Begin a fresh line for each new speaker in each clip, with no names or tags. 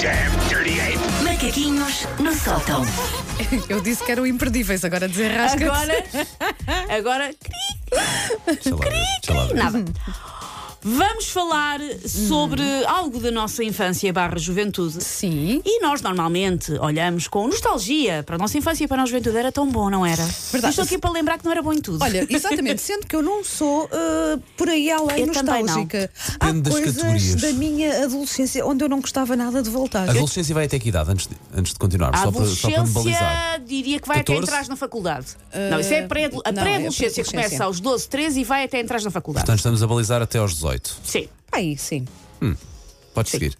damn dirty ape!
Macaquinhos no sótão.
Eu disse que eram imperdíveis, agora dizer rasca
Agora, agora
Sei lá, sei lá.
nada. Vamos falar sobre algo da nossa infância barra juventude.
Sim,
E nós normalmente olhamos com nostalgia para a nossa infância e para a nossa juventude. Era tão bom, não era?
Verdade.
Eu Estou aqui para lembrar que não era bom em tudo.
olha, exatamente, sendo que eu não sou ah, por aí além
Eu também não.
nostálgica. Há
Depende das
coisas
categorias.
da minha adolescência onde eu não gostava nada de voltar.
A adolescência vai até que idade antes de, antes de continuarmos?
A
Só para, só para me balizar.
adolescência diria que vai até
14?
entrar na faculdade. não, isso é pré a
Ah, não, é
pré-adolescência
pré-adolescência.
começa aos 12, 13 e vai até entrar na faculdade.
Portanto, Então, estamos a balizar até aos 18.
Sim.
Aí, sim.
Pode seguir.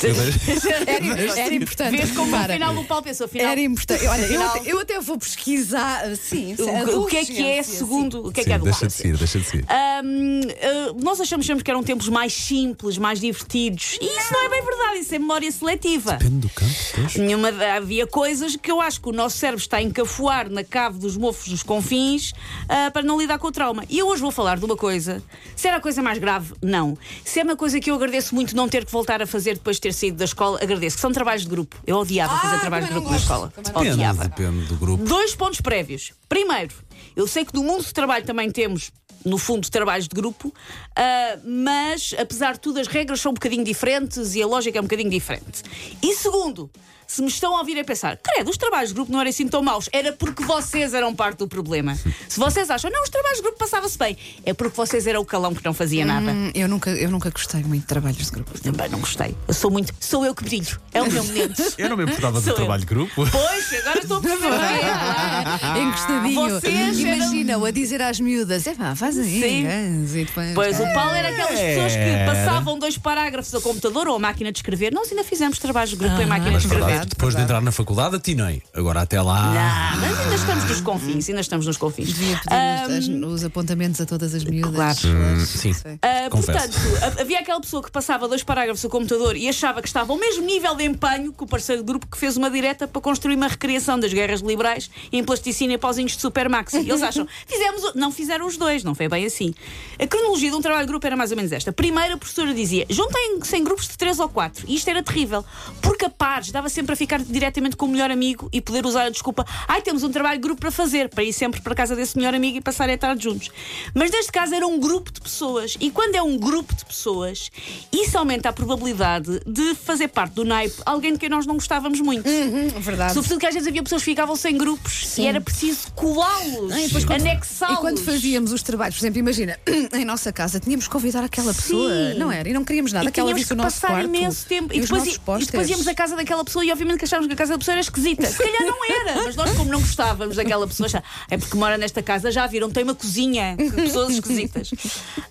Eu vejo-
Era, era importante.
Vês como no
repara.
final o Paulo pensou, afinal,
Era importante. Olha, eu
Afinal-
até, eu até vou pesquisar, ah, sim,
o, o que é que é
adolescência, sim.
segundo. O que é que é
Sim, deixa
adolescência?
de seguir, deixa de seguir.
Hum, uh, nós achamos sempre que eram tempos mais simples, mais divertidos. E isso não é bem verdade, isso é memória seletiva.
Depende do campo, pois.
Nenhuma, havia coisas que eu acho que o nosso cérebro está a encafuar na cave dos mofos dos confins ah, para não lidar com o trauma. E eu hoje vou falar de uma coisa. Se era a coisa mais grave, não. Se é uma coisa que eu agradeço muito não ter que voltar a fazer depois de ter saído da escola, agradeço. Que são trabalhos de grupo. Eu odiava fazer trabalhos de grupo na escola.
Depende,
Odiava.
depende do grupo.
Dois pontos prévios. Primeiro, eu sei que no mundo do trabalho também temos, no fundo, trabalhos de grupo, ah, mas apesar de tudo, as regras são um bocadinho diferentes e a lógica é um bocadinho diferente. E segundo, se me estão a ouvir a pensar, credo, os trabalhos de grupo não eram assim tão maus, era porque vocês eram parte do problema. Se vocês acham, não, os trabalhos de grupo passava-se bem, é porque vocês eram o calão que não fazia nada.
Hum, Eu nunca, eu nunca gostei muito de trabalhos de grupo.
Também não gostei. Eu sou muito. Sou eu que brilho. É o meu momento.
Eu não me
Sou
importava do
eu.
trabalho de grupo.
Pois, agora estou a perceber.
Encostadinho.
É vocês eram-
Imaginam a dizer às miúdas: é pá, faz aí.
Sim.
gans", e depois-
Pois, o Paulo era aquelas pessoas que
Era.
passavam dois parágrafos ao computador ou à máquina de escrever. Nós ainda fizemos trabalhos de grupo
Ah,
em
é
máquina de
Mas
escrever.
verdade, depois de entrar na faculdade, atinei. Agora até lá.
Ah, mas ainda estamos nos confins, ainda estamos nos confins.
Devia pedir os, as- os apontamentos a todas as miúdas.
claro.
Claro.
hum, Sim.
Ah,
Confesso.
portanto, ha- havia aquela pessoa que passava dois parágrafos ao computador e achava que estava ao mesmo nível de empenho que o parceiro de grupo que fez uma direta para construir uma recriação das guerras liberais em plasticina e pauzinhos de Supermax. E Eles acham, fizemos, o- não fizeram os dois, não foi bem assim. A cronologia de um trabalho de grupo era mais ou menos esta. Primeiro a professora dizia, juntem-se em grupos de três ou quatro. E isto era terrível, porque a pares dava sempre a ficar diretamente com o melhor amigo e poder usar a desculpa, ai, temos um trabalho de grupo para fazer, para ir sempre para casa desse melhor amigo e passarem a tarde juntos. Mas neste caso era um grupo de pessoas, e quando é um grupo de pessoas, isso aumenta a probabilidade de fazer parte do naipe alguém de quem nós não gostávamos muito.
Uhum, Verdade.
Sobretudo que às vezes havia pessoas que ficavam sem grupos e era preciso colá-los,
Ah, e depois quando-
anexá-los.
E quando fazíamos os trabalhos, por exemplo, imagina, em nossa casa tínhamos que convidar aquela
Sim.
pessoa, não era? E não queríamos nada,
E
aquela
tínhamos
disse
que
o nosso
passar
quarto.
imenso tempo.
E, os
depois,
nossos
e depois
posters.
íamos à casa daquela pessoa e obviamente que achávamos que a casa da pessoa era esquisita. Se calhar não era, mas nós, como não gostávamos daquela pessoa, achá- é porque mora nesta casa, já viram, tem uma cozinha, pessoas esquisitas.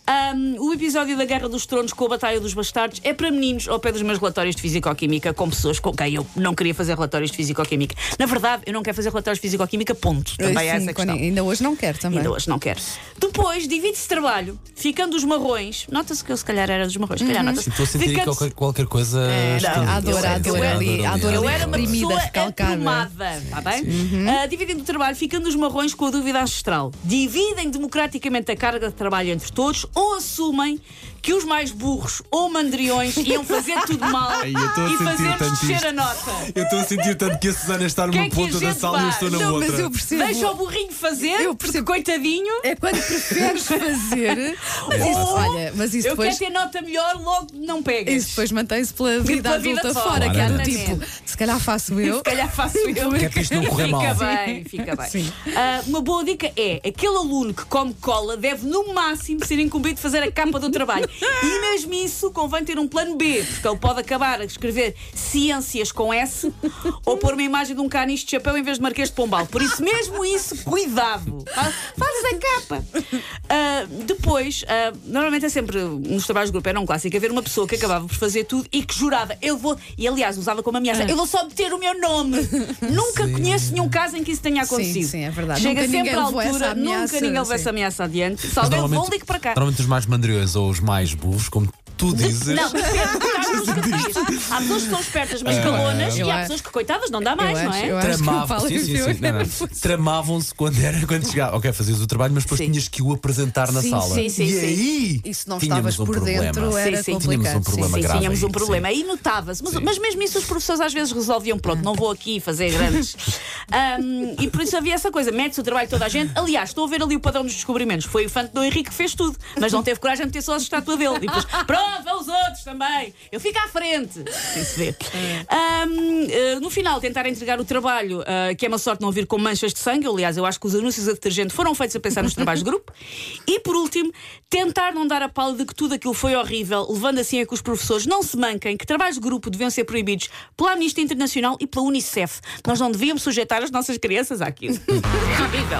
Ahm, o episódio da Guerra dos Tronos com a Batalha dos Bastardos é para meninos ao pé dos meus relatórios de Fisicoquímica com pessoas com quem eu não queria fazer relatórios de Fisicoquímica. Na verdade, eu não quero fazer relatórios de Fisicoquímica, ponto. Também é
Sim,
essa a
quando-
questão.
Ainda hoje não quero também.
Ainda hoje não quero. Depois divide-se trabalho, ficando os marrões. Nota-se que eu se calhar era dos marrões, se calhar nota-se.
Estou a sentir aqui
Ficando-
qualquer, qualquer coisa.
É,
escondida.
há dor, há
Sim,
dor
sim,
ali, há dor
Eu
ali.
era uma
Reprimida,
pessoa
recalcada.
aprumada, está bem? Ah, dividem o trabalho, ficando os marrões com a dúvida ancestral. Dividem democraticamente a carga de trabalho entre todos ou assumem que os mais burros ou mandriões iam fazer tudo mal
Ai, eu estou a
e
sentir
fazer
tanto
descer
isto.
a nota.
Eu estou a sentir tanto que a Susana está
Que
numa
é que a
ponta da
gente
sala e eu
faz?
estou na
Não,
outra.
mas eu percebo.
Deixa o burrinho fazer,
Eu
porque
percebo.
coitadinho.
É quando preferes fazer. mas isso, olha, mas isso
eu
depois.
quero ter nota melhor, logo não pegas.
Isso depois mantém-se pela vida
Pela vida
adulta
fora.
fora, que é do
Claramente.
tipo, se calhar faço eu.
Se calhar faço eu.
Que é para isto não correr
fica
mal.
bem, fica bem.
Sim.
Ah, uma boa dica é: aquele aluno que come cola deve, no máximo, ser incumbido de fazer a capa do trabalho. E mesmo isso, convém ter um plano B, porque ele pode acabar a escrever ciências com S ou pôr uma imagem de um caniche de chapéu em vez de marquês de pombal. Por isso, mesmo isso, cuidado. Ah, Faz- Fazes a capa. Ah, depois, ah, normalmente é sempre nos trabalhos de grupo, era um clássico haver uma pessoa que acabava por fazer tudo e que jurava, eu vou, e aliás usava como ameaça, eu vou só meter o meu nome. Nunca conheço nenhum caso em que isso tenha acontecido.
sim, é verdade. Nunca
Chega sempre
ninguém
à
levou essa
altura,
ameaça,
nunca ninguém levou
sim.
essa ameaça adiante. Se
Mas
alguém levou,
normalmente,
ligue para cá.
normalmente os mais mandriões ou os mais burros, como tu dizes.
Não, depende do que está estamos capazes. Há pessoas que são espertas, mas calonas,
É, eu
e há
acho-
pessoas que, coitadas, não dá
Eu
mais, não
acho-
é?
eu acho que o
Tramavam,
Paulo
sim, sim,
enfiou
sim, não, não.
na força.
Tramavam-se quando era quando chegava. Ok, fazias o trabalho, mas depois
Sim.
tinhas que o apresentar na
Sim,
sala.
sim, sim,
e
sim.
aí
E se não
tínhamos
estavas
um
por
problema.
dentro, era
Sim, sim.
Tínhamos um
complicado.
problema
Sim,
grave
tínhamos
aí,
um problema. Aí notava-se. Mas,
Sim.
mas mesmo isso os professores às vezes resolviam. Pronto, não vou aqui fazer grandes. Ahm, e por isso havia essa coisa. Mete-se o trabalho de toda a gente. Aliás, estou a ver ali o padrão dos descobrimentos. Foi o fã do Henrique que fez tudo, mas não teve coragem de meter só a estátua dele. E depois, pronto, vão os outros também. Eu fico à frente. Sem se ver.
É.
Ahm, eh, no final, tentar entregar o trabalho, ah, que é uma sorte não vir com manchas de sangue. Aliás, eu acho que os anúncios a detergente foram feitos a pensar nos trabalhos de grupo. E por último, tentar não dar a pala de que tudo aquilo foi horrível, levando assim a que os professores não se manquem, que trabalhos de grupo deviam ser proibidos pela Amnistia Internacional e pela Unicef. Nós não devíamos sujeitar as nossas crianças àquilo. horrível.